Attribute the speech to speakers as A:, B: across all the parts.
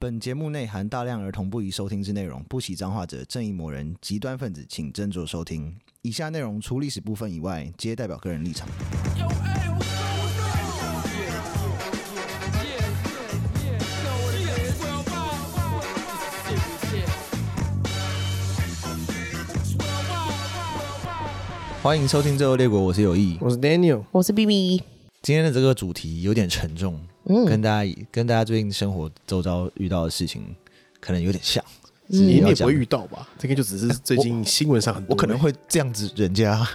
A: 本节目内含大量儿童不宜收听之内容，不喜脏话者、正义魔人、极端分子，请斟酌收听。以下内容除历史部分以外，皆代表个人立场。欢迎收听《最后列国》，我是有意。
B: 我是 Daniel，
C: 我是 B B，
A: 今天的这个主题有点沉重，
C: 嗯
A: 跟大家跟大家最近生活周遭遇到的事情可能有点像。
C: 嗯
A: 是嗯
B: 你
A: 要
B: 也不
A: 讲哎
B: 会遇到吧？这个就只是最近新闻上很多，
A: 我可能会这样子人家。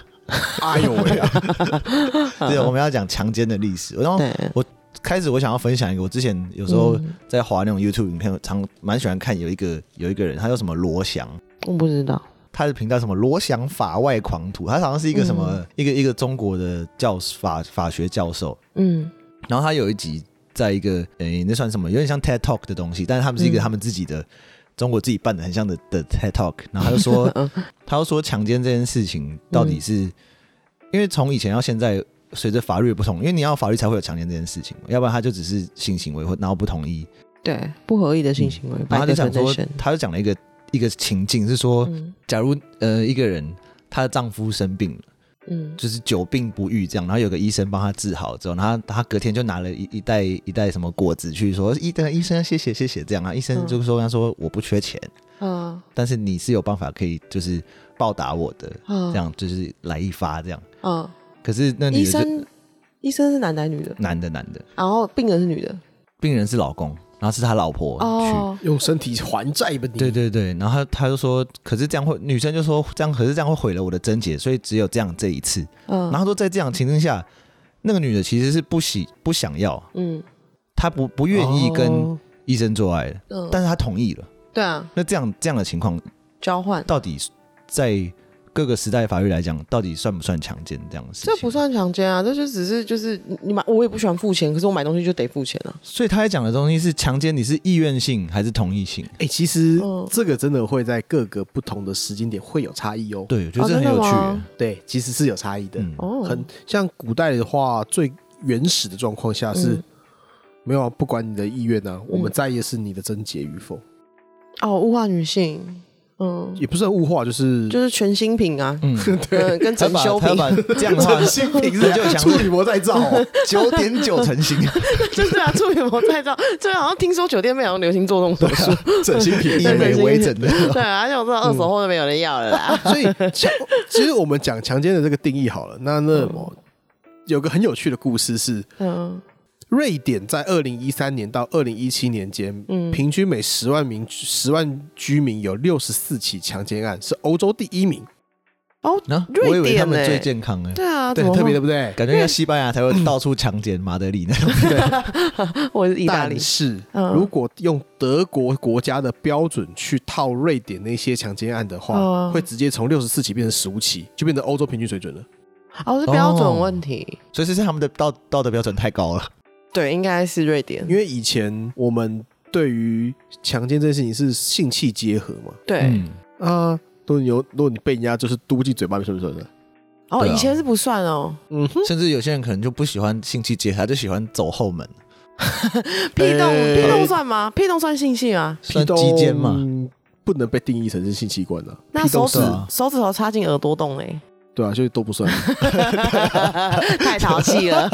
B: 哎呦喂 啊！
A: 对，我们要讲强奸的历史。然后
C: 嗯对嗯
A: 我开始我想要分享一个，我之前有时候在滑那种 YouTube 影片，我常蛮喜欢看有一个有一个人，他叫什么罗翔，
C: 我不知道，
A: 他的频道什么罗翔法外狂徒，他好像是一个什么、一个一个中国的教法法学教授，
C: 嗯
A: 然后他有一集在一个诶、那算什么，有点像 TED Talk 的东西，但是他们是一个
C: 嗯
A: 他们自己的。中国自己办的很像的的 TED Talk，然后他就说，他就说强奸这件事情到底
C: 嗯
A: 是，因为从以前到现在，随着法律的不同，因为你要有法律才会有强奸这件事情嘛，要不然他就只是性行为或然后不同意，
C: 对，不合意的性行为，
A: 然后他就
C: 百
A: 想
C: 分之
A: 说
C: 神，
A: 他就讲了一个一个情境是说，
C: 嗯
A: 假如呃一个人她的丈夫生病了，
C: 嗯
A: 就是久病不愈这样，然后有个医生帮他治好之后，然后他他隔天就拿了一一袋一袋什么果子去说，医生医生谢谢谢谢这样啊，医生
C: 嗯
A: 就说跟他说我不缺钱，
C: 啊
A: 但是你是有办法可以就是报答我的，
C: 啊
A: 这样就是来一发这样。
C: 啊！
A: 可是那
C: 医
A: 女的就
C: 生医生是男的还是女的？
A: 男的男的，
C: 然后病人是女的
A: 病人是老公，然后是他老婆去。
C: 哦，
B: 用身体还债吧你。
A: 对对对，然后他他就说，可是这样会，女生就说这样，可是这样会毁了我的贞洁，所以只有这样这一次。
C: 嗯
A: 然后他说在这样的情境下，那个女的其实是不喜不想要，
C: 嗯
A: 她不不愿意跟
B: 哦
A: 医生做爱的，
C: 嗯，
A: 但是她同意了。
C: 对啊，
A: 那这样这样的情况，
C: 交换
A: 到底在各个时代法律来讲，到底算不算强奸这样的事情？
C: 这不。算强奸啊，这就只是就是你你买，我也不喜欢付钱，可是我买东西就得付钱啊。
A: 所以他在讲的东西是强奸，你是意愿性还是同意性？
B: 哎、其实
C: 嗯
B: 这个真的会在各个不同的时间点会有差异哦。
A: 对，我觉得
C: 哦
A: 这很
C: 真的
A: 有趣耶。
C: 吗
B: 对，其实是有差异的。
A: 嗯，
C: 哦，
B: 很像古代的话，最原始的状况下是、
C: 嗯
B: 没有啊、不管你的意愿呢、
A: 嗯
B: 啊，我们在意的是你的贞洁与否，
C: 哦，物化女性，嗯，
B: 也不是很物化，就是
C: 就是全新品啊，
A: 嗯，
C: 嗯，跟
A: 他
C: 整
A: 把
C: 修
A: 他
C: 品，
A: 把这样的话
B: 新 品
A: 这就强
B: 处女膜在造、哦，
A: 九点九成型，
C: 就是啊，处女膜再造，这好像听说酒店妹好像流行做动手术，
B: 整 形品
A: 以
C: 真的
A: 美
C: 是
A: 为整的。
C: 对啊，而且我知道二手货都没有人要了啦。
B: 啊所以强，其实我们讲强奸的这个定义好了。那那么、有个很有趣的故事是，
C: 嗯
B: 瑞典在二零一三年到二零一七年间，
C: 嗯
B: 平均每十万名十万居民有六十四起强奸案，是欧洲第一名。
C: 哦，
A: 啊
C: 瑞典
A: 我以为他们
C: 欸
A: 最健康哎、
C: 对啊，
B: 对
C: 怎，么
B: 特别
C: 会
B: 对不对？
A: 感觉像西班牙才会到处强奸马德里那种。
C: 我 是意大利
B: 但，是，
C: 嗯
B: 如果用德国国家的标准去套瑞典那些强奸案的话，
C: 嗯
B: 会直接从六十四起变成十五起，就变成欧洲平均水准了。
C: 哦是标准问题，
A: 所以是他们的道道德标准太高了。
C: 对，应该是瑞典，
B: 因为以前我们对于强奸这件事情是性器结合嘛，
C: 对，
A: 嗯
B: 啊，如果你有，如果你被人家就是嘟进嘴巴里，算不算的？
C: 哦
A: 对啊
C: 以前是不算哦，
B: 嗯哼，
A: 甚至有些人可能就不喜欢性器结合，他就喜欢走后门，
C: 屁洞
B: 哎
C: 屁洞算吗？屁洞算性器啊？
A: 算鸡奸嘛？
B: 嗯不能被定义成是性器官的，
C: 那
B: 屁
C: 手
B: 洞
C: 指
B: 是
A: 啊
C: 手指头插进耳朵洞哎，
B: 对啊，所以都不 算。
C: 太淘气了，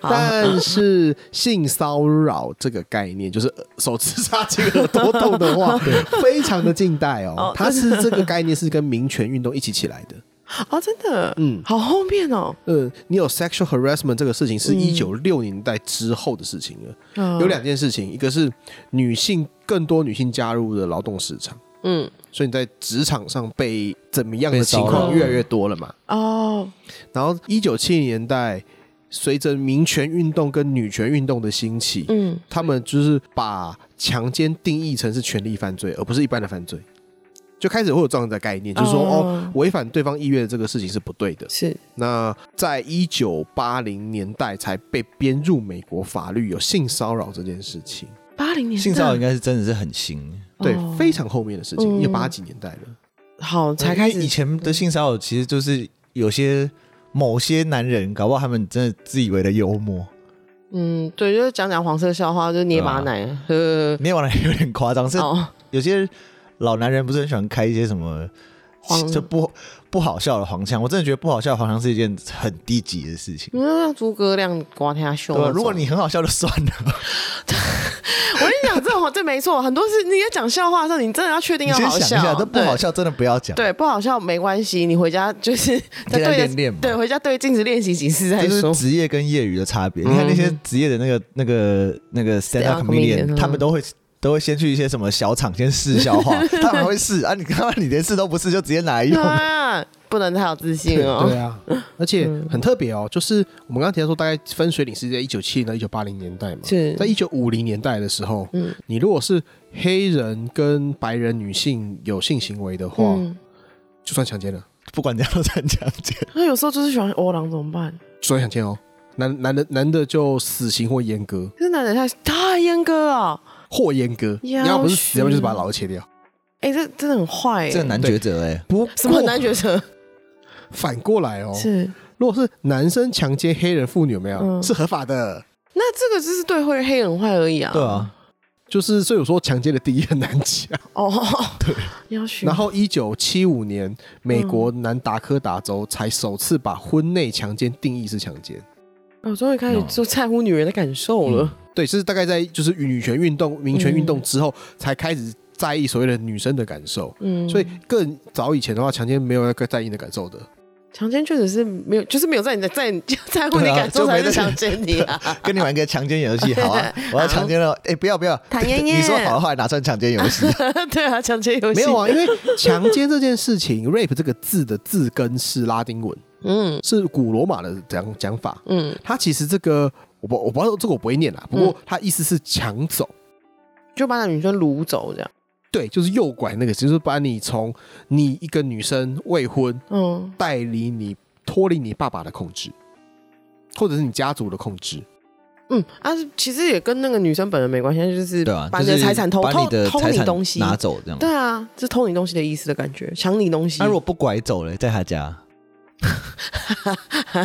C: 好
B: 但是性骚扰这个概念，就是手持插进耳朵洞的 话，非常的近代哦
C: 哦。
B: 它是这个概念是跟民权运动一起起来的。
C: 哦，真的，
B: 嗯
C: 好后面哦，
B: 嗯，你有 sexual harassment 这个事情是
C: 嗯
B: 一九六零代之后的事情了。
C: 嗯
B: 有两件事情，一个是女性更多女性加入了劳动市场。
C: 嗯
B: 所以你在职场上被怎么样的
A: 被骚
B: 情
A: 扰
B: 况越来越多了嘛？
C: 哦
B: 然后一九七零年代，随着民权运动跟女权运动的兴起，
C: 嗯
B: 他们就是把强奸定义成是权利犯罪，而不是一般的犯罪，就开始会有这样的概念，就是说
C: 哦
B: 哦，违反对方意愿的这个事情是不对的。
C: 是
B: 那在一九八零年代才被编入美国法律，有性骚扰这件事情，
C: 八零年代
A: 性骚扰应该是真的是很新，
B: 对，
C: 哦
B: 非常后面的事情，
C: 嗯
B: 一九八几年代了。
C: 好才开
A: 因为以
C: 始
A: 前的性骚扰其实就是有些某些男人，搞不好他们真的自以为的幽默，
C: 嗯，对，就是讲讲黄色笑话，就是捏把
A: 啊
C: 奶，呃，
A: 没有啦，有点夸张，是
C: 哦，
A: 有些老男人不是很喜欢开一些什么
C: 黄
A: 就不不好笑的黄腔，我真的觉得不好笑的黄腔是一件很低级的事情。
C: 你说像诸葛亮刮天秀
A: 对
C: 那
A: 吧？
C: 种，
A: 如果你很好笑就算了，
C: 我跟你讲，这种这没错，很多事你在讲笑话的时候，你真的要确定
A: 你
C: 要
A: 先
C: 好
A: 想一
C: 笑，
A: 下，这不好
C: 对。
A: 笑真的不要讲。
C: 对，不好笑没关系，你回家就是再
A: 再
C: 对着
A: 练练嘛
C: 对，回家对镜子练习几次再
A: 这
C: 说
A: 是。职业跟业余的差别。你看那些职业的那个、那个、那个 stand up
C: 嗯 Stand-up comedian，
A: comedian，
C: 嗯
A: 他们都会都会先去一些什么小厂先试笑 话，他们还会试啊。你 看你连试都不试，就直接拿来用。
C: 啊，不能太有自信
B: 对
C: 哦。
B: 啊，而且
C: 嗯
B: 很特别哦，就是我们刚刚提到说，大概分水岭是在一九七零到一九八零年代嘛，
C: 是
B: 在一九五零年代的时候，
C: 嗯
B: 你如果是黑人跟白人女性有性行为的话，
C: 嗯，
B: 就算强奸了，
A: 不管怎样都参加这样
C: 那有时候就是喜欢欧郎怎么办？
B: 就算强奸哦。男男的男的就死刑或阉割，
C: 可是男人太太阉割啊！
B: 或阉割，你
C: 要
B: 要不是死，
C: 是
B: 要不就是把老二切掉。
C: 哎，这真的很坏欸，欸
A: 这个难抉择哎、
B: 不
C: 什么
B: 过
C: 很难抉择？
B: 反过来哦，
C: 是，
B: 如果是男生强奸黑人妇女，有没有、
C: 嗯
B: 是合法的？
C: 那这个只是对会黑人坏而已啊。
A: 对，啊，
B: 就是所以我说强奸的定义很难讲。
C: 哦， 对，要学。
B: 然后，一九七五年，美国南达科达州才首次把婚内强奸定义是强奸。
C: 我哦终于开始
A: 嗯
C: 就在乎女人的感受了。
B: 对，是大概在就是女权运动、民权运动之后，才开始在意所谓的女生的感受。
C: 嗯，
B: 所以更早以前的话，强奸没有那个在意你的感受的。
C: 强奸确实是没有，就是没有在你的在你 在乎你
A: 对啊
C: 感受
A: 就没
C: 才
A: 在
C: 是强奸你啊。
A: 跟你玩一个强奸游戏，好 啊，我要强奸了，哎、不要不要，
C: 唐嫣嫣
A: 你说好的话哪算强奸游戏？
C: 对啊，强奸游戏
B: 没有啊，因为强奸这件事情，rape 这个字的字根是拉丁文，
C: 嗯
B: 是古罗马的讲讲法。
C: 嗯，
B: 它其实这个我不我不知道这个我不会念啦，不过它意思是抢走。
C: 就把那女生掳走这样。
B: 对，就是诱拐那个，就是把你从你一个女生未婚
C: 嗯
B: 带离你脱离你爸爸的控制，或者是你家族的控制。
C: 嗯，啊，其实也跟那个女生本人没关系，就是
A: 对啊，
C: 把你的财产偷
A: 把
C: 偷
A: 你的
C: 偷
A: 财
C: 你
A: 产
C: 东西
A: 拿走这样。
C: 对啊，是偷你东西的意思的感觉，抢你东西。，
A: 啊那、如果不拐走了，在他家，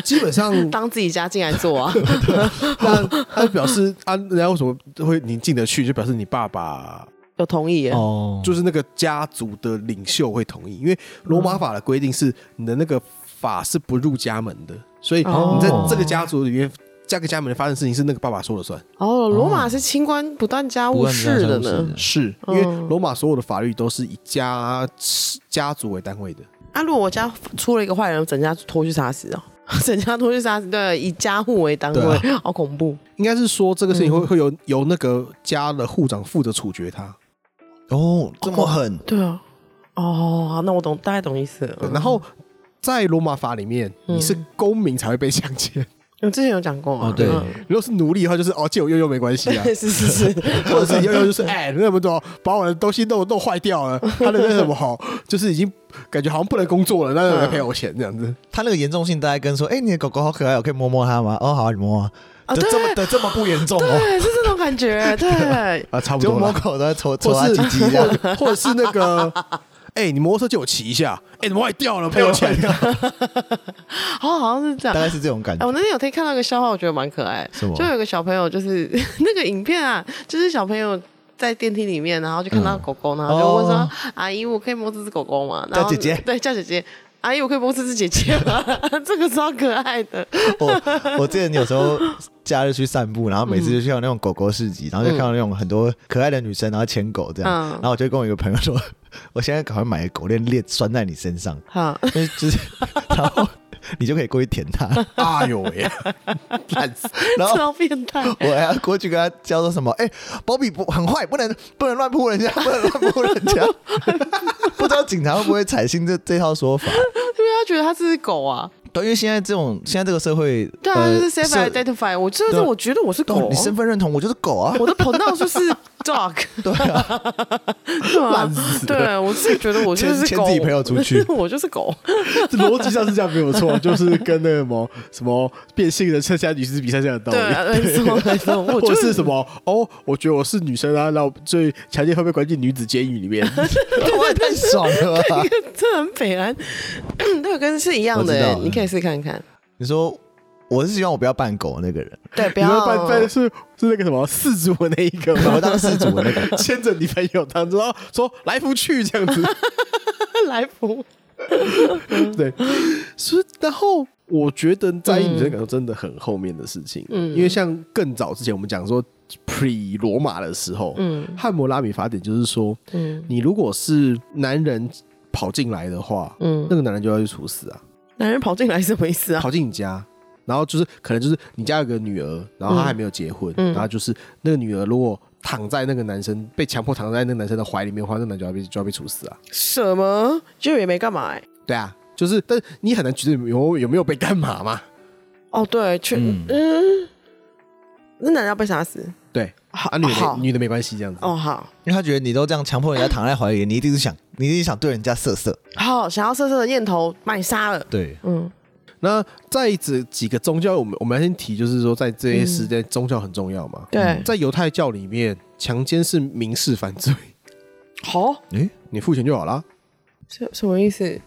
B: 基本上
C: 当自己家进来做啊，
B: 那他表示啊，人家为什么会你进得去，就表示你爸爸
C: 有同意耶。
A: 哦，
B: 就是那个家族的领袖会同意，因为罗马法的规定是你的那个法是不入家门的，所以
C: 哦
B: 你在这个家族里面。这个家门发生的事情是那个爸爸说了算，
C: 哦，罗马是清官不断家
A: 不
C: 务
A: 问
C: 事的呢。
B: 是因为罗马所有的法律都是以家家族为单位的。
C: 啊，如果我家出了一个坏人，整家拖去杀死哦， 整家拖去杀死，对，以家户为单位，
A: 对
C: 好恐怖。
B: 应该是说这个事情会
C: 嗯
B: 会由由那个家的户长负责处决他。
A: 哦，这么狠，
C: 对啊，哦，好那我懂，大概懂意思了。
B: 对然后在罗马法里面，
C: 嗯
B: 你是公民才会被强奸，
C: 我之前有讲过啊，
A: 哦对
C: 嗯。
B: 如果是奴隶的话，就是哦借我用用没关系啊
C: 是是是，
B: 或者是用用就是哎，那么多把我的东西都弄坏掉 了，他的那什么好，就是已经感觉好像不能工作了，那来
C: 嗯
B: 赔我钱这样子，
A: 他那个严重性大概跟说，哎、你的狗狗好可爱哦，我可以摸摸它吗？哦，好、啊，你摸啊，
C: 啊
A: 就
C: 对
A: 这么的这么不严重哦，
C: 对，是这种感觉，对，
B: 啊，差不
A: 就
B: 多
A: 摸
B: 了。啊
A: 狗都在搓搓
B: 或
A: 它
B: 是
A: 鸡啊鸡 这样。
B: 或者是那个，哎，你摩托车借我骑一下，哎，你坏掉 了，赔我钱。
C: 好好像是这样
A: 大。概是这种感
C: 哎，
A: 觉
C: 我，那天有天看到一个笑话，我觉得蛮可爱的
A: 什么
C: 就有个小朋友，就是 那个影片啊，就是小朋友在电梯里面，然后就看到狗狗，然后就问说：“
A: 嗯哦
C: 阿姨，我可以摸这只狗狗吗？”
A: 叫
C: 然后
A: 姐姐
C: 对，叫姐姐。阿姨，我可以摸这只姐姐吗？ 这个超可爱的。
A: 我我之前有时候假日去散步，然后
C: 嗯
A: 每次就去到那种狗狗市集，然后就看到那种很多可爱的女生，然后牵狗这样，
C: 嗯
A: 然后我就跟我一个朋友说，我现在赶快买个狗链链拴在你身上，
C: 好，
A: 就是 就是，然后你就可以过去舔 它，
B: 哎呦喂，烂死！
A: 然后
C: 超变 态。
A: 我还要过去跟他教说什么？哎、保比不很坏，不能不能乱扑人家，不能乱扑人 家。不知道警察会不会采信这这套 说法？
C: 因为他觉得他是狗啊。
A: 对，因为现在这种现在这个社会，
C: 对啊，
A: 呃
C: 就是 self
A: 社
C: identify。我就是
A: 对啊
C: 我觉得我是
A: 对
C: 狗
A: 你身
C: 啊，
A: 份认同我就是狗啊，
C: 我的频道就是 dog。
A: 对啊，
C: 对啊，对我自己觉得我就
A: 牵
C: 是
A: 牵
C: 狗。
A: 自己朋友出去
C: 我就是狗。
B: 逻辑上 是这样没有错，就是跟那个什么什么变性的参加女子比赛这样的道
C: 对
B: 理。
C: 啊，没错没错，我
B: 或
C: 就
B: 者是什么哦，我觉得我是女生啊，那我最强奸会被关进女子监狱里面。
A: 我也太爽了吧！
C: 这很北蓝，那个跟是一样的、
A: 我知道
C: 欸，
A: 了
C: 你可以试看看。
A: 你说我是希望我不要扮狗的那个人，
C: 对，不
B: 你们办
C: 要
B: 办是是那个什么四组的那一个吗？
A: 我当事主的那个。
B: 牵着女朋友当，然后说来福去这样子，
C: 来福，
B: 对，所以然后我觉得在意女生感受真的很后面的事情，
C: 嗯
B: 因为像更早之前我们讲说 pre 罗马的时候，
C: 嗯
B: 汉谟拉比法典就是说，
C: 嗯
B: 你如果是男人跑进来的话，那
C: 嗯，
B: 个男人就要去处死啊，
C: 男人跑进来什么意思啊？
B: 跑进你家。然后就是，可能就是你家有个女儿，然后她还没有结婚，
C: 嗯嗯
B: 然后就是那个女儿如果躺在那个男生被强迫躺在那个男生的怀里面的话，那个男人就要被就要被处死啊。
C: 什么？就也没干嘛哎。
B: 对啊，就是，但是你很难觉得有有没有被干嘛嘛？
C: 哦，对，确
A: 嗯
C: 嗯，那男的要被杀死。
B: 对，
C: 好
B: 啊，女的
C: 好
B: 女的没关系这样子。
C: 哦，好
A: 因为他觉得你都这样强迫人家躺在怀里，你一定是想，你一定想对人家色色。
C: 好，想要色色的念头把你杀了。
A: 对，
C: 嗯
B: 那在这几个宗教，我们我们要先提，就是说在这些时代，宗教很重要嘛。
C: 嗯对，
B: 在犹太教里面，强奸是民事犯罪，
C: 好，
A: 诶、
B: 你付钱就好啦。
C: 什什么意思？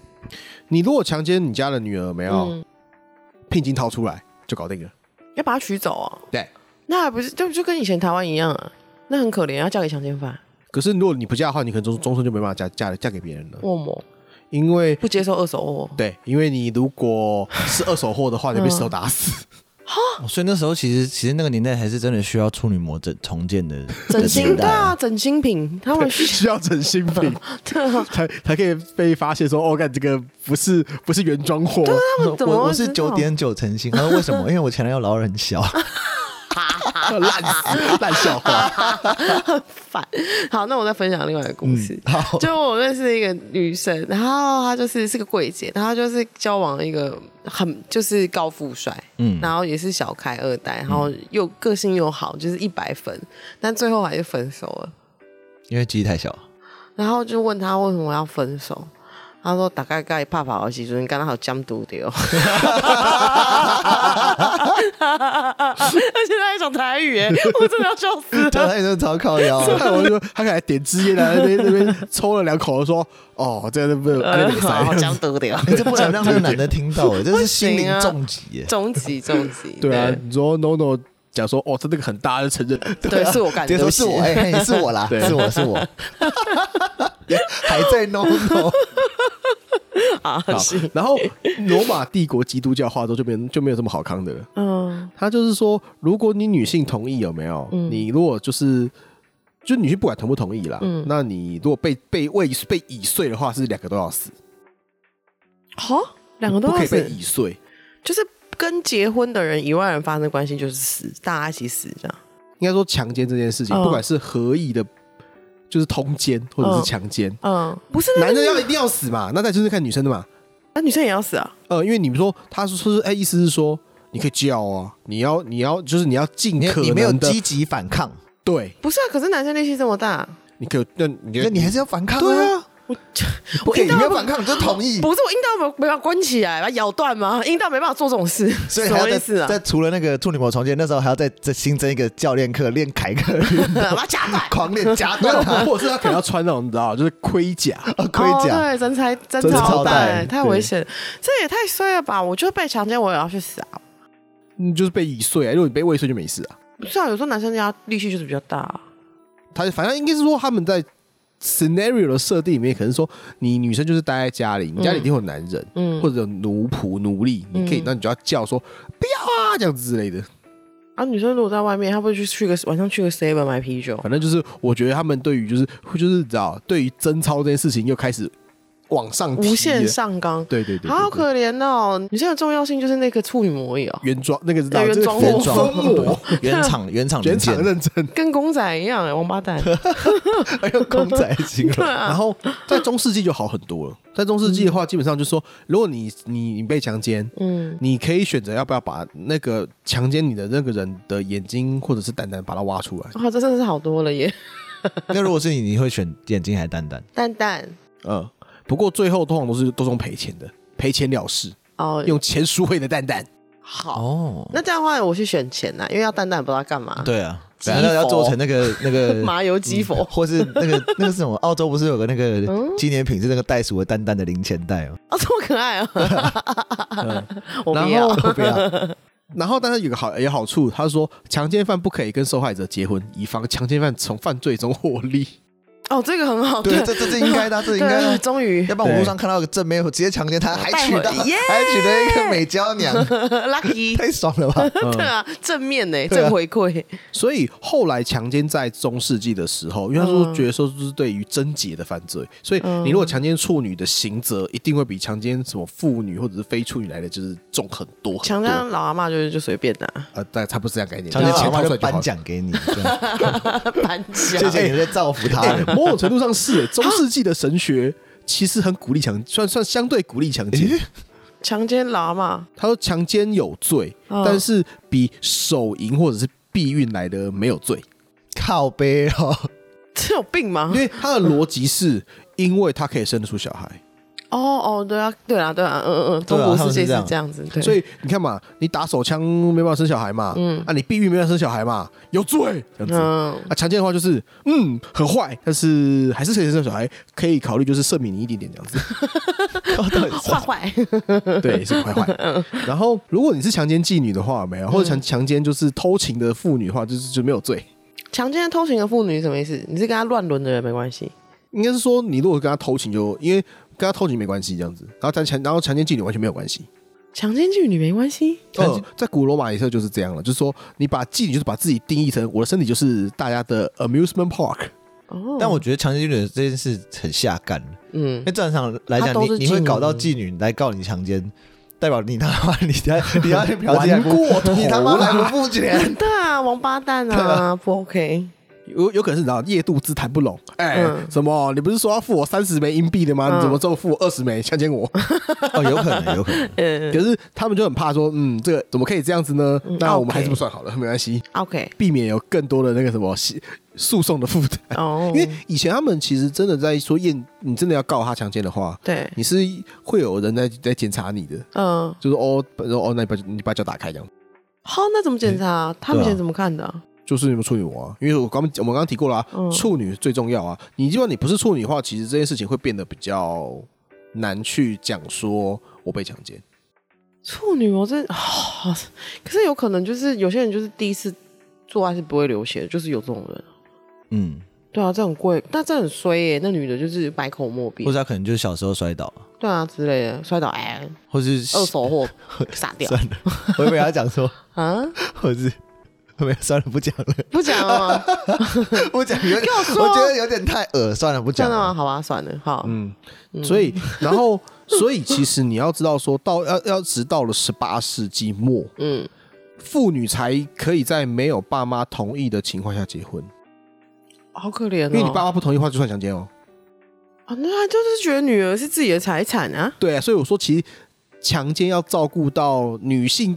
B: 你如果强奸你家的女儿，没有
C: 嗯，
B: 聘金掏出来就搞定了。
C: 要把他娶走啊？
B: 对，
C: 那还不是就就跟以前台湾一样啊？那很可怜，要嫁给强奸犯。
B: 可是如果你不嫁的话，你可能终终身就没办法嫁嫁嫁给别人了，
C: 恶魔
B: 因为
C: 不接受二手哦。
B: 对，因为你如果是二手货的话，你被石头打死。
A: 哦所以那时候其实其实那个年代还是真的需要处女膜整重建的
C: 整形
A: 年
C: 对
A: 代
C: 啊，整形品，他们需
B: 需要整新品
C: 对啊，
B: 才才可以被发现说，哦，干这个不是不是原装货，
C: 他们怎么
A: 我我
C: 会
A: 是
C: 知道
A: 九点九成新，他说为什么？因为我前男友老二很小，
B: 烂死烂笑话。
C: 烦。好，那我再分享另外一个故事。
A: 嗯好，
C: 就我认识一个女生，然后她就是是个柜姐，然后她就是交往了一个很就是高富帅，
A: 嗯
C: 然后也是小开二代，然后又个性又好，就是一百分，但最后还是分手了。
A: 因为鸡太小，
C: 然后就问她为什么要分手，她说大概该怕跑的时阵，刚刚好监督 掉，而且她还讲台语耶，我真的要笑 死
A: 对，
C: 了。
A: 他也是超靠腰啊，
B: 看我就他还点支烟来那边那边抽了两口，说哦，这个不是那个
C: 好，
B: 塞。
C: 监督掉，
A: 你哎这不能让那个男的听到，哎这是心
C: 不行
A: 灵
C: 啊
A: 重击耶。
C: 终极终极，
B: 对啊，你说 no no 讲说哦，他那个很大就承认，
C: 对，是我干的，
A: 别
C: 对
A: 说
C: 不
A: 是
C: 起
A: 我，哎、嘿是我啦，
B: 对
A: 是我是我，还在 no no，
C: 啊，
B: 好
C: 是，
B: 然后罗马帝国基督教化之后就没 就没有这么好康的了。
C: 嗯
B: 他就是说，如果你女性同意有没有？
A: 嗯
B: 你如果就是就女性不管同不同意啦，
C: 嗯
B: 那你如果被被未被已碎的话，是两个都要死，
C: 好，两个都
B: 不可
C: 要
B: 以被
C: 死，
B: 已碎。
C: 就是跟结婚的人以外人发生关系就是死，大家一起死这样。
B: 应该说强奸这件事情，
A: 哦
C: 嗯
B: 不管是合意的，就是通奸或者是强奸，
C: 嗯，不是那
B: 男的
C: 个
B: 要一定要死嘛，那再就是看女生的嘛。
C: 那女生也要死啊？
B: 呃，因为你们说他是说是哎、意思是说你可以叫啊，你要你要就是你要尽
A: 你
B: 可
A: 你没有
B: 能的
A: 积极反抗，
B: 对，
C: 不是啊，可是男生力气这么大，啊
B: 你可以那你
A: 那你还是要反抗、
B: 对
A: 啊，
B: 啊，
C: 我
A: 不
C: 我
A: 可以，
C: 阴
A: 你没
C: 道
A: 有反抗你就同 意，
C: 不是我阴道没没办法关起来，把它咬断吗？阴道没办法做这种事，
A: 所以
C: 什
A: 还
C: 么
A: 要
C: 意思
A: 再
C: 啊？
A: 再除了那个处女膜重建，那时候还要再再新增一个教练课，练凯克 运动
C: 把它夹断。
A: 狂练夹断他
B: 或者是他可能要穿那种你知道，就是盔甲，
A: 呃盔
C: 哦、
A: 甲，
C: 对，真材真
A: 真
C: 超
A: 超带
C: 带，太危险了，这也太衰了吧！我就被强奸，我也要去死啊！
B: 你就是被已碎、啊，如果你被未遂就没事啊。
C: 不是啊，有时候男生家力气就是比较大、啊
B: 他反正应该是说他们在 scenario 的设定里面，可能说你女生就是待在家里，你家里一定会有男人，
C: 嗯
B: 或者有奴仆奴隶，你可以，
C: 嗯
B: 那你就要叫说不要啊这样子之类的。
C: 啊，女生如果在外面，她不会去去个晚上去个 seven 买啤酒？
B: 反正就是我觉得他们对于就是就是你知道，对于贞操这件事情又开始往上提了
C: 无限，上纲，
B: 对对对对
C: 好
B: 对
C: 可怜哦！女生的重要性就是那个处女膜而已哦，
B: 原装那个是
C: 对原装
B: 封
A: 原
C: 货
A: 装
B: 封
A: 对原厂原厂
B: 原
A: 零件
B: 厂，认 真。
C: 跟公仔一样哎，王八蛋。
A: 哎呦公仔形 容，
C: 啊
B: 然后在中世纪就好很多了，在中世纪的话，基本上就是说，如果你你你被强奸，
C: 嗯，
B: 你可以选择要不要把那个强奸你的那个人的眼睛或者是蛋蛋把它挖出来。
C: 哦哇，这真的是好多了耶！
A: 那如果是你，你会选眼睛还是蛋蛋？
C: 蛋蛋
B: 嗯，不过最后通常都是都是用赔钱的，赔钱了事，
C: 哦，
B: 用钱赎回你的蛋蛋。
C: 好。
A: 哦，
C: 那这样的话，我去选钱啊呐，因为要蛋蛋不知道干嘛，
A: 对啊，
C: 鸡
A: 难道要
C: 佛
A: 做成那个那 个嗯
C: 麻油鸡佛。
A: 或是那个那个是什么？澳洲不是有个那个
C: 嗯
A: 纪念品是那个袋鼠的蛋蛋 的零钱袋吗？嗯
C: 啊哦，这么可爱哦！我不
B: 然
C: 要
B: 后，
A: 不要，
B: 然后，但是有个好有好处，他说强奸犯不可以跟受害者结婚，以防强奸犯从犯罪中获利。
C: 哦，这个很好，
A: 对，这这这应该的啊，这应该的
C: 对，
A: 啊。
C: 终于
A: 要不然我路上看到个正妹，我直接强奸她，还娶到，
C: 带回耶
A: 还娶了一个美娇娘，
C: lucky，
A: 太爽了 吧？
C: 对啊，正面呢，
A: 嗯对啊
C: 正回馈，
B: 所以后来强奸在中世纪的时候，因为他说
C: 嗯
B: 觉得说这是对于贞洁的犯罪，所以
A: 嗯
B: 你如果强奸处女的刑责一定会比强奸什么妇女或者是非处女来的就是重很多很
C: 强
B: 多。
C: 奸老阿妈就是就随便 拿
B: 呃，但他不是这样概念，
A: 啊强奸
B: 就是
A: 前
B: 套
A: 妈
B: 出
A: 就
B: 来就
A: 颁
B: 好了。
A: 奖给你，这 样
C: 搬家
A: 谢。谢你在造福他
B: 哎
A: 人。
B: 某种程度上是耶中世纪的神学其实很鼓励强，算算相对鼓励强奸。
C: 强奸老阿妈，
B: 他说强奸有罪，
A: 哦
C: 嗯
B: 但是比手淫或者是避孕来的没有罪，
A: 靠背 哦，
C: 这有病吗
B: 因？为他的逻辑是因为他可以生得出小孩。
C: 哦哦，对啊，对啊，对啊，嗯嗯嗯，中
A: 对啊
C: 国
A: 他
C: 世
A: 们
C: 界
A: 是这
C: 是
A: 样
C: 这样子，对，
B: 所以你看嘛，你打手枪没办法生小孩嘛，嗯，啊，你避孕没办法生小孩嘛，有罪这样子。
C: 嗯，
B: 啊，强奸的话就是，嗯，很坏，但是还是可以生小孩，可以考虑就是赦免你一点点这样 子，
A: 到底是
C: 坏坏，
B: 对，是坏
C: 嗯
B: 坏。然后如果你是强奸妓女的话，有没有，或者强强奸就是偷情的妇女的话，就是就没有罪。
C: 强奸偷情的妇女是什么意思？你是跟她乱伦的人没关系，
B: 应该是说，你如果跟他偷情就，因为跟他偷情没关系这样子，然后但强然后强奸妓女完全没有关系。
C: 强奸妓女没关系，
B: 呃，在古罗马以后就是这样了，就是说你把妓女就是把自己定义成我的身体就是大家的 amusement park，
C: 哦，
A: 但我觉得强奸妓女这件事很下干，
C: 嗯
A: 因为，正常来
C: 她
A: 讲，
C: 都
A: 你
C: 是
A: 你会
C: 妓女
A: 搞到妓女来告你强奸，代表你他妈 你他你他去嫖妓
B: 玩
A: 还不
B: 过头
A: 你他妈
B: 了
A: 还不付钱，
C: 对啊，王八蛋啊，不 OK，
B: 有有可能是你知道夜肚子谈不拢，哎、
C: 嗯
B: 什么？你不是说要付我三十枚硬币的吗？
C: 嗯
B: 你怎么只有付我二十枚强奸我？
A: 哦，有可能有可能，
C: 嗯
B: 可是他们就很怕说，嗯，这个怎么可以这样子呢？嗯那我们
C: OK
B: 还是不算好了，没关系，
C: ，OK，
B: 避免有更多的那个什么诉诉讼的负担。
C: 哦，
B: 呃因为以前他们其实真的在说验，你真的要告他强奸的话，
C: 对，
B: 你是会有人在在检查你的，
C: 嗯，
B: 就是哦哦，那你把你把脚打开这样，
C: 好，那怎么检
B: 嗯
C: 查？他们以
A: 对啊
C: 前怎么看的啊？
B: 就是你们处女膜啊，因为我刚我们刚刚提过了、啊，
C: 嗯
B: 处女最重要啊。你如果你不是处女的话，其实这件事情会变得比较难去讲说我被强奸。
C: 处女膜这，哦可是有可能就是有些人就是第一次做爱是不会流血的，就是有这种人。
A: 嗯，
C: 对啊，这很贵，那这很衰耶、那女的就是百口莫辩
A: 或者，他可能就是小时候摔倒，
C: 对啊之类的，摔倒 哎，
A: 或是
C: 二手货傻掉
A: 算了，我以为他讲说，
C: 啊！
A: 或是没有算了不讲了，
C: 不讲 了吗？
A: 不讲有点，
C: 我说
A: 我觉得有点太恶，算了不
C: 真
A: 讲
C: 的吗？
A: 了，
C: 好吧，算了，好，
B: 嗯，所以然后所以其实你要知道说到要要直到了十八世纪末，
C: 嗯，
B: 妇女才可以在没有爸妈同意的情况下结婚，
C: 好可怜哦。
B: 因为你爸妈不同意的话就算强奸哦。
C: 啊，那他就是觉得女儿是自己的财产啊。
B: 对啊，所以我说其实强奸要照顾到女性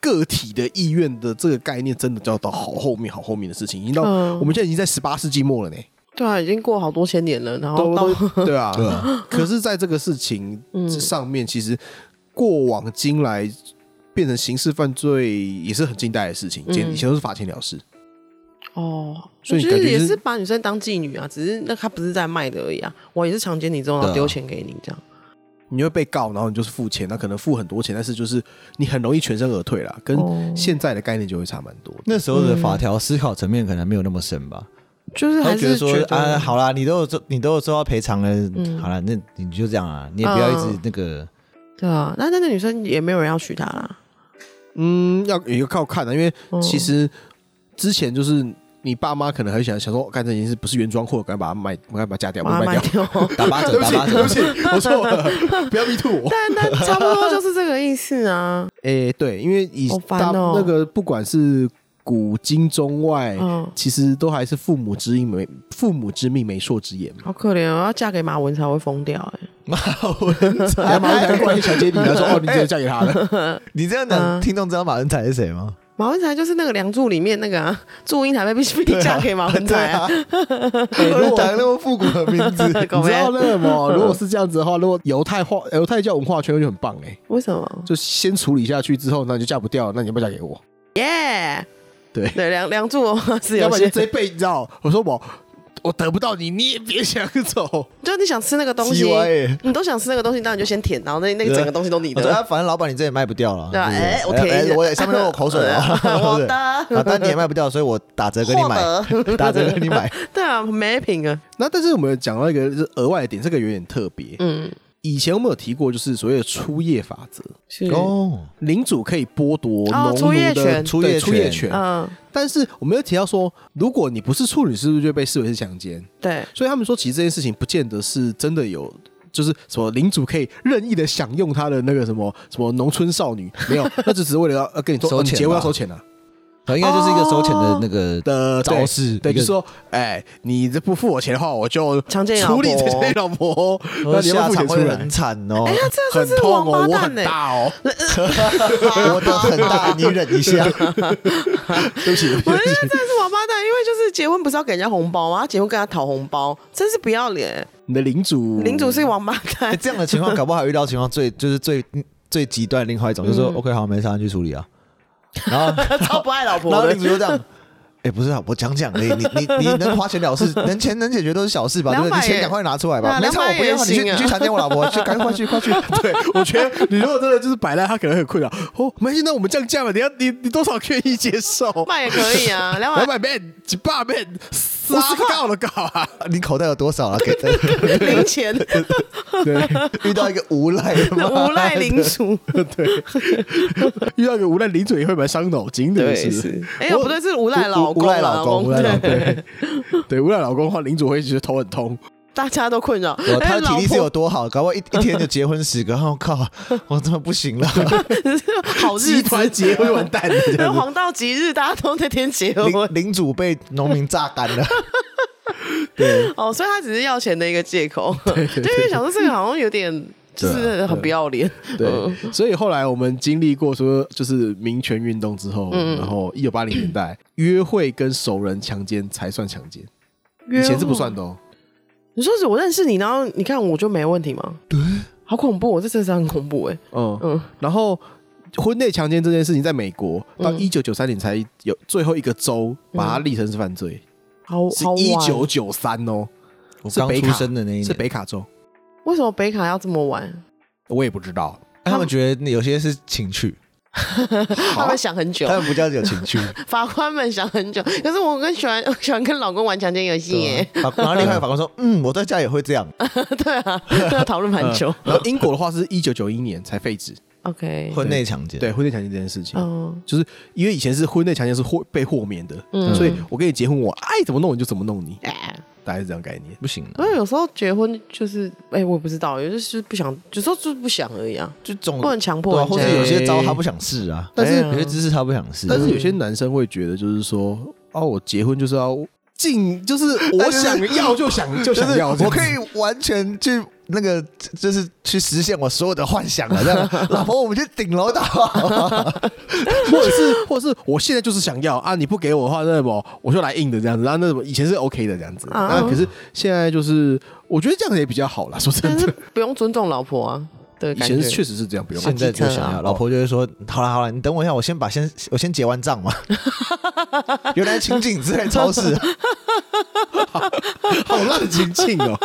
B: 个体的意愿的这个概念，真的就要到好后面、好后面的事情，已经到、
C: 嗯
B: 我们现在已经在十八世纪末了呢，
C: 对啊，已经过好多千年了，然后
B: 都
C: 哦到
B: 都对啊，
A: 对啊，
B: 可是在这个事情
C: 嗯
B: 上面，其实过往今来。变成刑事犯罪也是很近代的事情，以前
C: 嗯
B: 以前都是罚钱了事。
C: 哦，
B: 所以
C: 就
B: 感觉
C: 也
B: 是
C: 是把女生当妓女啊，只是那他不是在卖的而已啊，我也是强奸你之后然后
A: 对啊
C: 丢钱给你这样。
B: 你会被告，然后你就是付钱，那可能付很多钱，但是就是你很容易全身而退啦，跟
C: 哦
B: 现在的概念就会差蛮多的。
A: 那时候的法条思考层面可能没有那么深吧，
C: 就是
A: 他
C: 嗯还
A: 觉得
C: 是
A: 说
C: 觉得
A: 啊，好啦，你都有做，你都有收到赔偿了，
C: 嗯
A: 好啦，那你就这样啊，你也不要一直那个，
C: 对啊，那那个女生也没有人要娶她啦。
B: 嗯，要也要靠看的、因为
C: 嗯
B: 其实之前就是你爸妈可能很想想说，哦干这件事不是原装货，赶紧把它卖，赶紧把它加掉，
C: 把它
B: 卖
C: 卖
B: 掉。
C: 掉。
A: 打八 折，
B: 对不
A: 打
B: 起，
A: 八
B: 对
A: 折
B: 不， 起，我错了，不要迷途我。
C: 但但差不多就是这个意思啊。
B: 诶、对，因为以
C: 好烦
B: 大、
C: 哦
B: 那个不管是古今中外，
C: 嗯，
B: 其实都还是父母之命媒，父母之命媒妁之 言嘛。
C: 好可怜哦，要嫁给马文才会疯掉哎、
A: 妈，我很 惨
B: 然后马上才过来强奸你，他说：“哦，你只有嫁给他了。
A: 你这样讲，
C: 嗯
A: 听众知道马恩才是谁吗？
C: 马文才就是那个《梁祝》里面那个啊，祝英台被逼逼嫁给马文才啊，
A: 对啊，我讲那么复古的名字，
C: 搞
B: 啊你
C: 没
B: 知道那个吗？ 如果是这样子的话，如果犹太化犹太教文化圈就很棒哎、
C: 为什么？
B: 就先处理下去之后，那你就嫁不掉，那你要不要嫁给 我？
C: 耶、
B: 对
C: 对，梁梁祝的话是
B: 要
C: 有
B: 不然
C: 些
B: 就这一辈，你知道？我说我我得不到你，你也别想走。
C: 就是啊你想吃那个东西
A: TY，
C: 你都想吃那个东西，当然就先舔，然后那那 个整个东西都你
A: 我说啊
C: 的，
A: 反正老板你这也卖不掉了，
C: 对啊
A: 是不是
C: 哎我舔一下，
A: 哎哎我上面都有口水啊
C: 我 的
A: 对不对啊，但你也卖不掉，所以我打折给你买
C: 获，
A: 打折给你 买。
C: 对啊，没品啊，
B: 那但是我们有讲到一个就是额外的点，这个有点特别。
C: 嗯，
B: 以前我们有提过，就是所谓的初夜法则，
C: 是，
A: 哦，
B: 领主可以剥夺
C: 哦
B: 农
C: 初夜
B: 奴的
C: 权
A: 初
B: 对
A: 夜
B: 初夜
A: 权
B: 权。
C: 嗯，
B: 但是我们又提到说，如果你不是处女，是不是就被视为是强奸？
A: 哦
C: 对，
B: 所以他们说，其实这件事情不见得是真的有，就是什么领主可以任意的享用他的那个什么什么农村少女，没有， 那只只是为了要要跟你说，
A: 收
B: 哦你
A: 钱
B: 结婚要
A: 吧
B: 收钱啊
A: 应该就是一个收钱的那个
B: 的
A: 招式
B: 对，
A: 一个
B: 就是说，哎，你这不付我钱的话，我就
C: 强奸你老
B: 处理这
C: 婆
B: 些老婆，那
A: 呃
C: 哦
B: 你要
A: 下
B: 不付
A: 场
B: 钱出
A: 会
B: 来
A: 很，惨 哦
C: 哎，，他这
B: 很
C: 算是
B: 痛
C: 王
B: 哦，
C: 八
B: 我
C: 蛋欸
B: 很
C: 呢，
B: 大哦，
A: 我的很大，你忍一下。
B: 对不起，对不
C: 我
B: 起
C: 觉哎得这是王八蛋，因为就是结婚不是要给人家红包吗？啊他结婚跟他讨红包，真是不要脸。
B: 你的领主，
C: 领主是王八
A: 哎
C: 蛋，
A: 这样的情况，搞不好遇到情况最就是最最极端的另外一种，就是说
C: 嗯
A: OK 好，没事，你去处理啊。然后
C: 他超不爱老
A: 然
C: 婆
A: 后
C: 的
A: 领。主就这样。哎、不是啊，我讲讲而已，你你你能花钱了事，能钱能解决都是小事吧，对不对？
C: 200
A: 你钱赶快拿出来吧，
C: 也
A: 没差，我不要，
C: 200
A: 你去
C: 也行啊
A: 你去强奸我老婆，去赶快去快去，
B: 对，我觉得你如果真的就是摆烂，他可能很困扰。哦，没关系，那我们降价吧，你要你你多少愿意接受？
C: 卖也可以 啊，两
B: 两
C: 百
B: 百 man，几百 man，五十告了告啊！
A: 你口袋有多少啊？给
C: 零钱，
B: 对，
A: 遇到一个无赖的妈
C: 无赖领主，
B: 遇到一个无赖领主也会蛮伤脑筋的，是不是。
C: 哎呦，不对，是无赖老
A: 无
C: 公
A: 无
C: 啊，
A: 赖老公，无赖老公，
B: 对对，无赖老公的话，领主会觉得头很痛。
C: 大家都困扰。
A: 我他
C: 哎
A: 的体力是
C: 老
A: 有多好？搞不好一一天就结婚十个，我靠，我怎么不行了？
C: 婆好
B: 集
C: 日
B: 团
C: 子，
B: 结婚完蛋了，这 样子
C: 黄道吉日，大家都那天结婚
A: 领领主被农民榨干了，
B: 对
C: 哦，所以他只是要钱的一个 借口， 就因为想说这个好像有点就是很不要脸，嗯
B: 啊对。所以后来我们经历过说，就是民权运动之后，然后一九八零年 代，约会跟熟人强奸才算强奸，以前是不算。的哦。
C: 你说是我认识你，然后你看我就没问题吗？对，好恐怖，我这真是很恐怖哎。
B: 嗯
C: 嗯
B: 然后婚内强奸这件事情，在美国到一九九三年才有最后一个州把它立成是犯罪，
C: 嗯好
B: 是
C: 好
B: 一九
C: 晚，
B: 九三哦，
A: 我
B: 是
A: 刚
B: 北
A: 出
B: 卡
A: 生的那一
B: 是
A: 年，
B: 北卡州，
C: 为什么北卡要这么晚？
B: 我也不知道。
A: 他们觉得有些是情趣，
C: 他们想很久
A: 他，们不叫有情 趣。
C: 法官们想很久。可是我跟喜欢喜欢跟老公玩强奸游戏耶，
A: 对 啊然后另外一个法 官说：“嗯，我在家也会这样。
B: 哎
C: 对啊，都要讨论蛮久。
B: 嗯然后英国的话是一九九一年才废止
C: OK，
A: 婚内强奸，
B: 对婚内强奸这件事情，
C: 嗯
B: 就是因为以前是婚内强奸是豁被豁免的，
C: 嗯
B: 所以我跟你结婚，我爱怎么弄你就怎么弄你，
C: 哎
B: 大概是这样概念。
A: 不行啊
C: 因
A: 了，
C: 为有时候结婚就是，哎、我也不知道，有就是不想，有时候就是不想而已啊，
A: 就总
C: 不能强迫
A: 对啊，
C: 人
A: 或
C: 家。
A: 者有些招他不想试啊，
B: 但是
C: 哎呀
A: 有些姿势他不想试。
B: 但是有些男生会觉得，就是说，哦，我结婚就是要尽，就是我想要就想
A: 就
B: 就想
A: 是
B: 要这样子，
A: 我可以完全去那个，就是去实现我所有的幻想啊了。这样，老婆，我们去顶楼打。
B: 或者是，或者是我现在就是想要啊，你不给我的话，那什么我就来硬的这样子，然后啊那什么以前是 OK 的这样子，那、
C: 啊
A: 嗯
B: 可是现在就是我觉得这样子也比较好啦，说真
C: 但是
B: 的，
C: 不用尊重老婆啊的
B: 以
C: 感觉。
B: 前是确实是这样，不用
A: 现在就想
C: 啊
A: 要， 老 婆就会说：“好了好了，你等我一下，我先把先我先结完账嘛。” 原来情景是在超 市。
B: 好烂的情境 哦。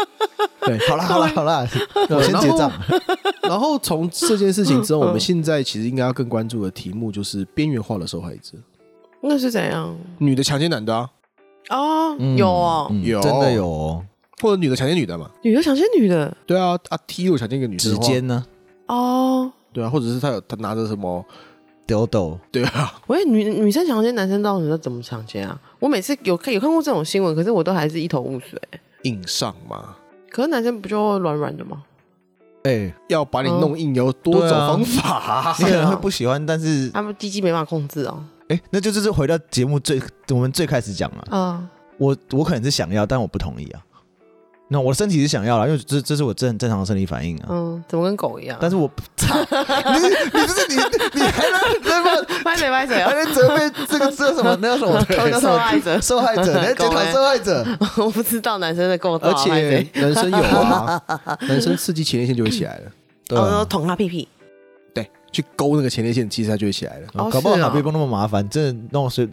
B: 对，
A: 好了好了好了，我先结账。嗯
B: 然后从这件事情之后，我们现在其实应该要更关注的题目就是边缘化的受害者，
C: 那是怎样？
B: 女的强奸男的啊，
C: 哦，
A: 嗯
C: 有哦，
A: 嗯
B: 有
A: 真的有哦
B: 或者女的强奸女的嘛，
C: 女的强奸女的
B: 对啊啊，T 如果强奸一个女生
A: 指
B: 的话，
A: 尖呢，
C: 哦，
B: 对啊，或者是他有他拿着什么，
A: 丢斗。
B: 对啊，
C: 喂，女女生强奸男生到底要怎么强奸啊？我每次有看有看过这种新闻，可是我都还是一头雾水。
B: 硬上嘛。
C: 可是男生不就软软的吗？
A: 哎，
B: 要把你弄硬有多种方法、
A: 你可
C: 是
A: 能
C: 啊
A: 会不喜欢，但是
C: 他们鸡鸡没办法控制哦。
A: 哎，那就就是回到节目最我们最开始讲了，
C: 啊，
A: 我我可能是想要，但我不同意啊。那我的身体是想要了，因为这这是我正正常的生理反应啊。
C: 嗯，怎么跟狗一样？
A: 但是 我操，你你这是你你还能那么
C: 拍谁拍谁
A: 还
C: 啊？
A: 能责备这个这什么那叫什 么
C: 他们叫受害者哎
A: 受害者，你还检讨受害者，
C: 我不知道男生的构造
B: 而
C: 啊，拍谁
B: 且男生有 啊，男生刺激前列腺就会起来了，
A: 对
C: 哦，然后
A: 啊，
C: 捅他屁屁，
B: 对，去勾那个前列腺，其实它就会起来了。
C: 哦
A: 搞不好
C: 是啊
A: 哪边不那么麻烦，真的弄随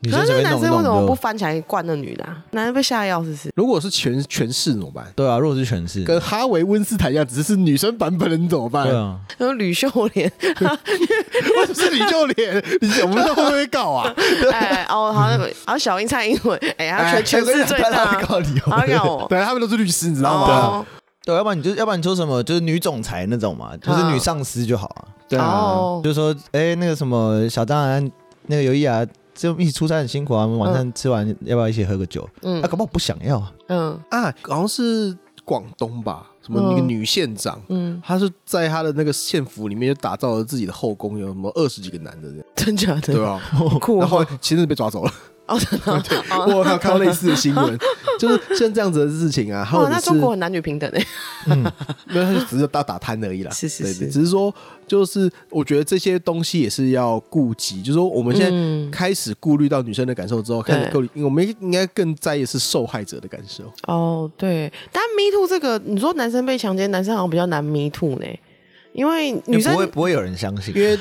A: 女
C: 可
A: 生
C: 是那
A: 随便
C: 个男
A: 弄一
C: 生为
A: 弄
C: 什么不
A: 就。
C: 翻起来灌那女的、啊？男生被吓得要死死。
B: 如果是全全市怎么办？
A: 对啊，如果是全是，
C: 嗯
B: 跟哈维温斯坦一样，只是是女生版本的，你怎么办？
A: 对啊，
C: 然后吕秀莲，
B: 为什么是你就脸？你我们都会不会告 啊？
C: 哎哦，好像然后小英蔡英文，哎，他
B: 哎
C: 全全是最
A: 他
C: 大
A: 会，告你
C: 他要我，
B: 啊对，他们都是律师，你知道吗？
C: 哦
A: 对，啊要不然你就要不然你说什么就是女总裁那种嘛，就是女上司就好啊，
B: 对啊，
C: 啊哦，
A: 就说哎那个什么小张啊，那个尤毅啊，就一起出差很辛苦啊，我们晚上吃完要不要一起喝个酒？
C: 嗯
A: 他搞不好不想要啊，
C: 嗯
B: 啊，好像是广东吧，什么一个
C: 嗯
B: 女县长。
C: 嗯，
B: 她是在她的那个县府里面就打造了自己的后宫，有什么二十几个男的这样，
C: 真假的，
B: 对吧？
C: 酷
B: 然后
C: 哦，
B: 其实被抓走了。
C: 哦真的 哦
B: 我有看到类似的新 闻，就是像这样子的事情啊，或
C: 哇，
B: 者
C: 那
B: 是
C: 中国很男女平等哎，
B: 没有，他就只是到打摊而已啦。
C: 是是
B: 对
C: 是
B: 对只是说，就是我觉得这些东西也是要顾及，就是说我们现在
C: 嗯
B: 开始顾虑到女生的感受之后，开始
C: 对
B: 顾虑，我们应该更在意的是受害者的感受。
C: 哦，对，但 Me Too 这个，你说男生被强奸，男生好像比较难 Me Too 呢，因为女
A: 因为不会
C: 生
A: 不会有人相信，
B: 因为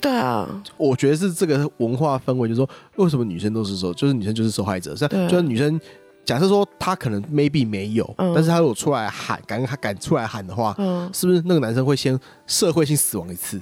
C: 对啊，
B: 我觉得是这个文化氛围，就是说，为什么女生都是受，就是女生就是受害者，是
C: 对
B: 吧
C: 啊
B: 就算女生。假设说她可能 maybe 没有，
C: 嗯
B: 但是她如果出来喊，敢敢出来喊的话，
C: 嗯，
B: 是不是那个男生会先社会性死亡一次？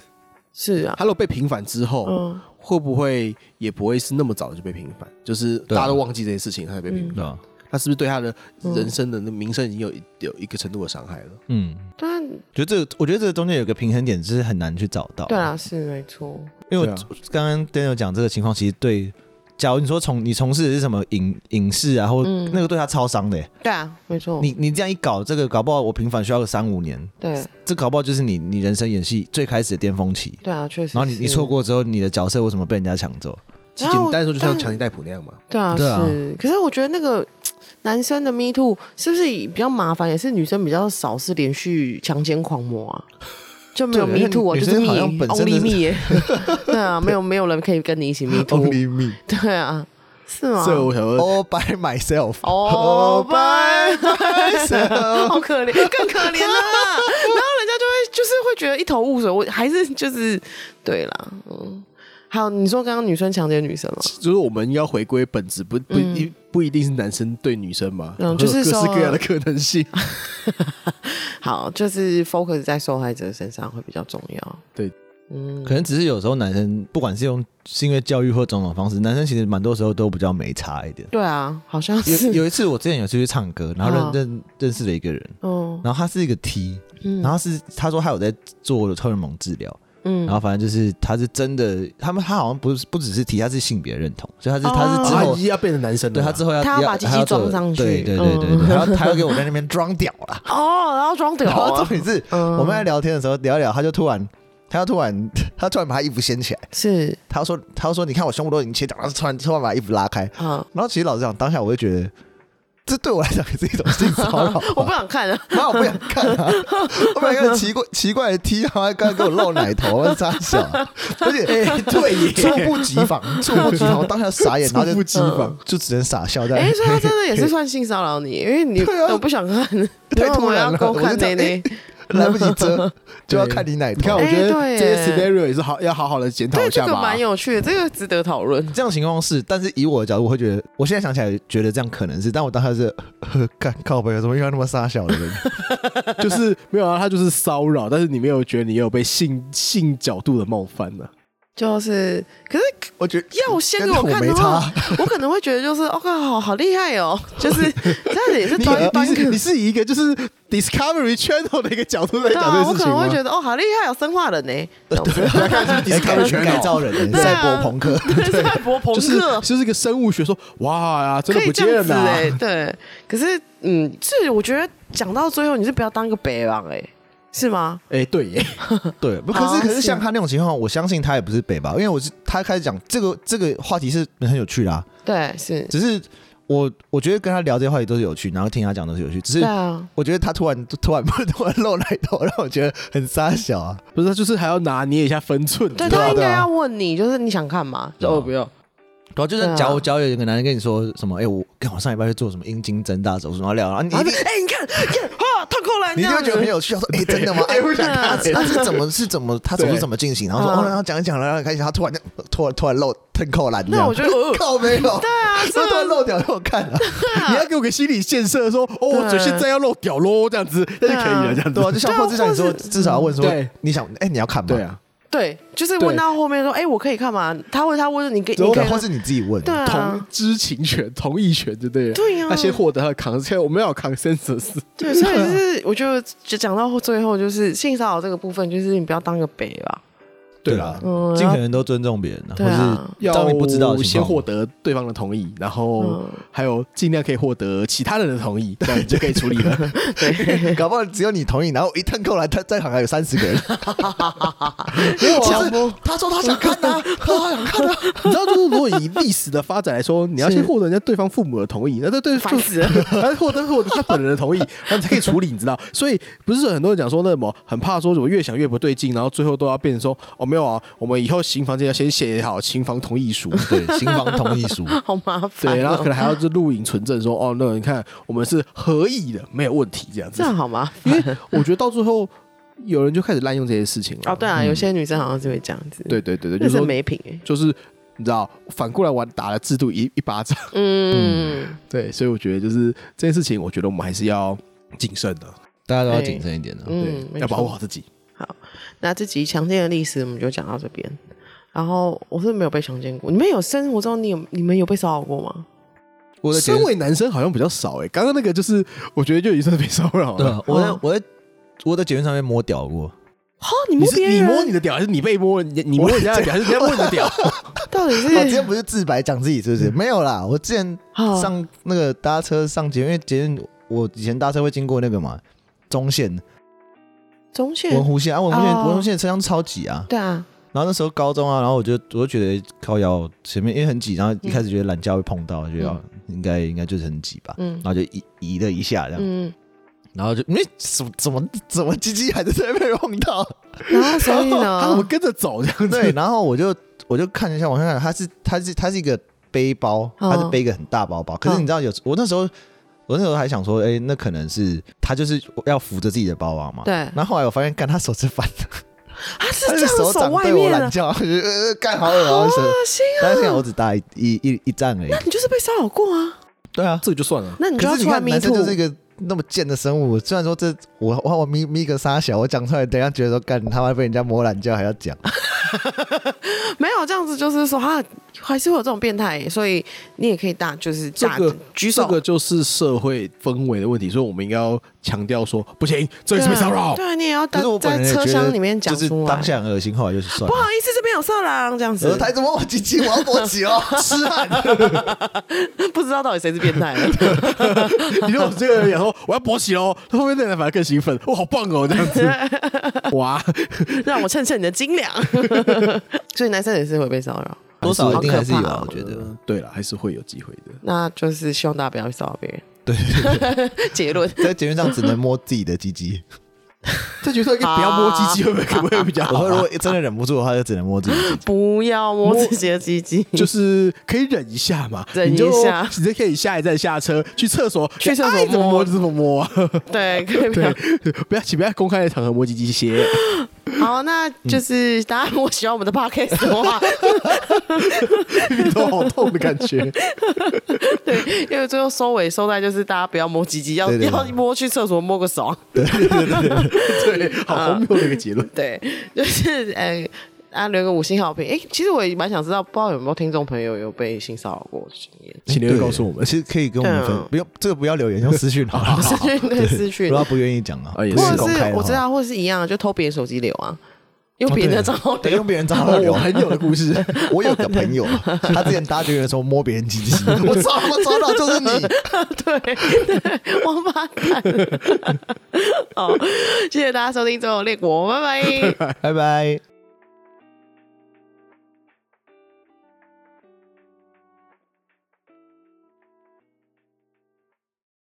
C: 是啊，
B: 他如果被平反之后，
C: 嗯，
B: 会不会也不会是那么早就被平反？就是大
A: 对啊
B: 家都忘记这件事情，他才被平
C: 嗯
B: 反。
A: 对啊吧？
B: 他是不是对他的人生的那名声已经有一有一个程度的伤害了？
A: 嗯。
C: 但
A: 觉得这个，我觉得这个中间有个平衡点，就是很难去找到。
C: 对，啊，是没错，
A: 因为
B: 对
A: 我
B: 啊
A: 刚刚 Daniel 讲这个情况，其实对，假如你说从你从事的是什么影影视啊，或
C: 嗯
A: 那个对他超伤的欸、
C: 对啊，没错，
A: 你你这样一搞，这个搞不好我平凡需要个三五年，
C: 对
A: 这搞不好就是你你人生演戏最开始的巅峰期。
C: 对啊，确实是，
A: 然后你你错过之后，你的角色为什么被人家抢 走？
B: 简
C: 然后
B: 单说，就像
C: 但
B: 强尼戴普那样嘛。
C: 对啊，
A: 对啊
C: 是。可是我觉得那个男生的 Me Too 是不是比较麻烦？也是女生比较少是连续强奸狂魔啊，就没有
A: 对因为
C: Me Too 啊，
A: 女
C: 就
A: 生
C: 是 Me
A: 好像本身
C: Only
A: 的
C: Me，耶 对啊，没有没有人可以跟哦你一起 Me Too，
A: me,
C: 对啊，是吗？
B: 所以我想说，
A: all Oh by myself,
C: 哦
A: all by myself。
C: 好可怜，更可怜 了啦。然后人家就会就是会觉得一头雾水，我还是就是对啦，嗯。还有你说刚刚女生强奸女生吗？
B: 就是我们要回归本质，不不一不一定是男生对女生嘛，会
C: 嗯
B: 有
C: 就是
B: 各
C: 说嗯
B: 式各样的可能性。
C: 好，就是 focus 在受害者身上会比较重要。
B: 对，
C: 嗯，
A: 可能只是有时候男生，不管是用是因为教育或种种方式，男生其实蛮多时候都比较没差一点。
C: 对啊，好像
A: 有
C: 是，
A: 有一次我之前有出去唱歌，然后认
C: 嗯
A: 认认识了一个人，
C: 嗯
A: 然后他是一个 T，
C: 嗯
A: 然后是他说他有在做荷尔蒙治疗，
C: 嗯
A: 然后反正就是他是真的，他们他好像不是不只是 T，他是性别认同，所以
C: 哦
A: 他是他是之
B: 他
A: 后
B: 已。啊经要变成男生了
A: 对
B: 啦，
A: 他之后要
C: 他要把鸡鸡
A: 还做
C: 装上去
A: 对对对对对，
C: 嗯
A: 还要还要给我在那边装屌啦。
C: 哦，然后装屌
A: 然后
C: 啊
A: 重，点是，
C: 嗯
A: 我们在聊天的时候聊一聊，他就突然，他就突然，他突然把他衣服掀起来，
C: 是
A: 他说他说你看我胸部都已经切掉了，然后突然突然把衣服拉开，
C: 啊，
A: 然后其实老实讲，当下我就觉得，这对我来讲也是一种性骚扰吧。
C: 我不想看啊，
A: 妈，我不想看啊！我本来看奇怪奇怪的 T，然后还刚刚给我露奶头，我傻笑，而且
B: 哎对耶
A: 猝不及防，猝不及防，我当下傻眼，然后
B: 猝不
A: 就
B: 及防，
A: 就只能傻笑。但
C: 哎，所以他真的也是算性骚扰你，因为你
A: 对啊
C: 我不想看，
A: 太突
C: 我
A: 然
C: 要
A: 了
C: 勾
A: 我
C: 看
A: 就这
C: 内
A: 样
C: 内，
A: 来不及遮，就要看你奶
B: 你看，
A: 头
B: 我。
C: 哎
B: 觉得
C: 对耶
B: 这些 scenario 也是好要好好的检讨
C: 对
B: 一
C: 这
B: 下
C: 个
B: 吧
C: 蛮。有趣的，这个值得讨论。
A: 这样情况是，但是以我的角度，我会觉得，我现在想起来觉得这样可能是，但我当下是， 呃干靠背，怎么遇到那么傻笑的人？
B: 就是没有啊，他就是骚扰，但是你没有觉得你有被性性角度的冒犯呢、
C: 就是，可是
A: 我觉得
C: 要先给
A: 跟
C: 我
A: 我
C: 看
A: 没
C: 的话
A: 差。，
C: 我可能会觉得就是，哦，好好厉害哦，就是这样子也是
B: 你
C: 端端
B: 你
C: 个
B: 是你是以一个就是 Discovery Channel 的一个角度在
C: 对
B: 讲
C: 啊，
B: 这件事
C: 我可
B: 情
C: 能会
B: 吗？
C: 觉得哦，好厉害哦，生化人呢，这样子
A: 要哎看
C: 哎
B: 你是看人
A: 改造人，
C: 对啊
A: 赛博朋克。
C: 对，赛博朋
B: 就是
C: 克，
B: 就是一个生物学说，哇呀，真
C: 可
B: 的
C: 以
B: 不
C: 这
B: 见
C: 样子
B: 了、
C: 哎、对。可是，嗯，这我觉得讲到最后，你是不要当一个北狼哎、是吗？
B: 哎、对耶，
A: 对，不可
C: 好
A: 是可是
C: 是
A: 像他那种情况，我相信他也不是北吧，因为我是他开始讲这个这个话题是很有趣啦、
C: 对，是，
A: 只是我我觉得跟他聊这些话题都是有趣，然后听他讲都是有趣，只
C: 对
A: 是
C: 啊，
A: 我觉得他突然突然突然露奶头，让我觉得很傻小啊。
B: 不是，就是还要拿捏一下分寸，
C: 对
B: 你知道
C: 他
B: 吗
C: 应该要问你，就是你想看吗？
A: 对啊
C: 要，
A: 然后就是
C: 对啊
A: 假如假如有一个男人跟你说什么，哎、我跟我上礼拜去做什么阴茎增大手术，然后聊，然后你
C: 然
A: 一
C: 后
A: 定
C: 就哎、你看，你看，哇，太酷了，
A: 你就
C: 这
A: 会
C: 样
A: 觉得很
C: 子。
A: 有趣，想说哎、 真的吗？哎、我想看，那是怎么是怎么他手术怎么进行？然后说
C: 嗯
A: 哦，然后讲一讲，然后开始他突然就突然突然露腾扣篮这样。
C: 那我觉得呃
A: 靠没有，对
C: 啊
A: 突然漏屌给我看啊，
B: 你要给我个心理建设，说哦，我嘴现在要露屌喽，这样子那就可以了，这样
A: 对啊，
B: 子。
A: 就像
C: 对啊
A: 或者像你说，
C: 或是
A: 至少要问说
B: 对，
A: 你想，哎，你要看吗？
B: 对，啊，
C: 对，就是
B: 对
C: 问到后面说，哎、我可以看吗？他或者他问你给，你
A: 对
C: 可
A: 啊，
C: 以
A: 或
C: 看
A: 是你自己问，
C: 对
B: 同
C: 啊，
B: 知情权、同意权，对不对？
C: 对啊
B: 他先获得他的 consent，我们要有 consensus。啊
C: 对，所以就是我就就讲到最后，就是性骚扰这个部分，就是你不要当个北吧，
A: 对啊啦，
C: 嗯，
A: 尽
C: 然
A: 可
C: 后
A: 能都尊重别人啊，
C: 对啊
A: 或是当你不知道的
B: 啊要
A: 情
B: 先获
A: 况，
B: 得对方的同意，然后
C: 嗯
B: 还有尽量可以获得其他人的同意，这样你就可以处理 了。
A: 搞不好只有你同意，然后一腾扣篮，他在场还有三十个人，没有啊
C: 强迫
A: 是他说他想看啊，他说他想看啊，
B: 你知道，就是如果以历史的发展来说，你要先
C: 是
B: 获得人家对方父母的同意，那这对
C: 烦死了，
B: 还获得获得他本人的同意，然后你才可以处理，你知道？所以不是很多人讲说那什么很怕说什么越想越不对劲，然后最后都要变成说哦没有啊，我们以后行房间要先写好行房同 意书，
A: 对，新房同意书，
C: 好麻烦、
B: 对，然后可
C: 哦，
B: 能还要就录影存证说哦那你看我们是合意的，没有问题这样子
C: 这。样好麻
B: 因
C: 烦
B: 为我觉得到最后有人就开始滥用这些事情了。
C: 哦。对啊，有些女生好像是会这样子，，
B: 嗯对对对对，就
C: 那
B: 是
C: 是
B: 说
C: 没品哎、
B: 就是你知道，反过来玩打了制度一一巴 掌。
C: 嗯，
B: 对，所以我觉得就是这件事情，我觉得我们还是要谨慎的，
A: 大家都要谨慎一点的。啊
B: 对
C: 嗯，，没
B: 要保
C: 错
B: 护好自己。
C: 那这集强奸的历史我们就讲到这边。然后我是没有被强奸过，你们有生活中你有你们有被骚扰过吗？
A: 我的
B: 身
A: 点
B: 为男生好像比较少哎、刚刚那个就是我觉得就已经算被骚扰
A: 对
B: 了。
A: 啊，我在
C: 哦
A: 我在我在捷运上面摸屌过，
C: 哈，哦你
B: 你
C: 摸
B: 是
C: 别
B: 你
C: 人，
B: 摸你的屌，还是你被摸？你你摸人家的屌，还是人家摸你的 屌？
C: 到底是
A: 我之前不是自白讲自己是不是？没有啦，我之前
C: 好
A: 上那个搭车上捷运，因为捷运我以前搭车会经过那个嘛中线
C: 中线
A: 文湖线啊，文湖线
C: 哦
A: 文湖线的车厢超挤啊。
C: 对啊，
A: 然后那时候高中啊，然后我就我就觉得靠腰前面因为很挤，然后一开始觉得懒觉会碰到，觉得哦应该应该就是很挤吧，
C: 嗯
A: 然后就移移了一下这样，
C: 嗯，
A: 然后就没怎么怎么怎么鸡鸡还在这边被碰到，
C: 然后所以
B: 他怎么
C: 呢，
B: 跟着走这样子？
A: 对，然后我就我就看了一下往下看，它是它是它是一个背包，
C: 嗯
A: 它是背一个很大包包。可是你知道有我那时候我那时候还想说，哎、那可能是他就是要扶着自己的包啊嘛。
C: 对
A: 然后后来我发现，干他手是反的，
C: 他是
A: 他
C: 这
A: 是
C: 样
A: 掌
C: 外
A: 对我
C: 面啊
A: 懒
C: 的，
A: 觉， 我就呃干好恶啊！手，
C: 恶心啊！
A: 但是现在我只搭一一一一站而已。
C: 你就是被骚扰过啊，
A: 对啊，
B: 这个就算了。
C: 那你就
A: 可
C: 要
A: 是你
C: 出来
A: 看，
C: 迷
A: 男生
C: 途
A: 就。是一个那么贱的生物。虽然说这我我我咪咪个傻小，我讲出来，等一下觉得说干他妈被人家摸懒觉还要讲。
C: 没有这样子，就是说他还是会有这种变态耶，所以你也可以大就是
B: 这
C: 大
B: 个
C: 举手
B: 这个就是社会氛围的问题，所以我们应该要强调说，不行，这里是被骚扰
C: 对。啊，你也要
A: 可
C: 在
A: 是我本
C: 在
A: 人也
C: 车
A: 觉
C: 厢
A: 得
C: 里面讲
A: 就是
C: 出来。
A: 当下很恶心，后来就是算
C: 不
A: 了。
C: 好意思，这边有色狼这样子
A: 我，呃台子摸我鸡鸡，我要勃起 哦，痴汉。
C: 不知道到底谁是变 态了。
B: 你说我这个人讲说我要勃起喽，他后面那人反而更兴奋，哇，好棒哦，这样子，哇，
C: 让我称称你的斤 两。所以男生也是会被骚扰，
A: 多少一定还是有啊，
C: 好可怕哦
A: 我觉得。
B: 对了，还是会有机会的。
C: 那就是希望大家不要去骚扰别人。
A: 对，
C: 结论
A: 在节目上只能摸自己的鸡 鸡。
B: 这角色应该不要摸鸡鸡，会不会可不会比较
A: 我
B: 好
A: 说
B: 啊？
A: 如果真的忍不住的话，就只能摸自己的 鸡鸡。
C: 不要摸自己的鸡鸡，
B: 就是可以忍一下嘛，
C: 忍
B: 你就
C: 一下
B: 直接可以下一站下车去厕所，
C: 去厕所
B: 爱怎么摸
C: 摸
B: 就怎么摸啊，
C: 对，可以不要。
B: 不要请不要公开的场合摸鸡鸡鞋，
C: 好，那
A: 嗯
C: 就是大家如果喜欢我们的 podcast 的话，
B: 头好痛的感觉。
C: 对，因为最后收尾收在就是大家不要摸鸡鸡，要
A: 对对对
C: 要摸去厕所摸个爽。
B: 对，好荒谬的一个结论。
C: 对，就是呃，啊，留个五星好评。哎、其实我也蛮想知道，不知道有没有听众朋友有被性骚扰过的经验，
B: 请留言告诉我
A: 对
B: 们
A: 其实可以跟我们
C: 对
A: 分，
C: 啊
A: 不用这个不要留言，用 私讯好了。
C: 私讯对私
A: 如
C: 讯，
A: 果他
C: 或
A: 不愿意讲啊，
B: 啊也
A: 不
B: 是
A: 是
C: 者
A: 公
C: 是
A: 开的话
C: 我知道，或者是一样，就偷别人手机留啊，
A: 哦
C: 用
A: 对
C: 别人的账号
A: 对
C: 留
A: 用。别人账号
B: 我
A: 留。
B: 朋友的故事，
A: 我有个朋友，他之前搭捷运的时候摸别人鸡鸡， 我操，我抓到就是你。
C: 对对，王八蛋。 好，谢谢大家收听《周游列国》，拜拜。
A: 拜拜。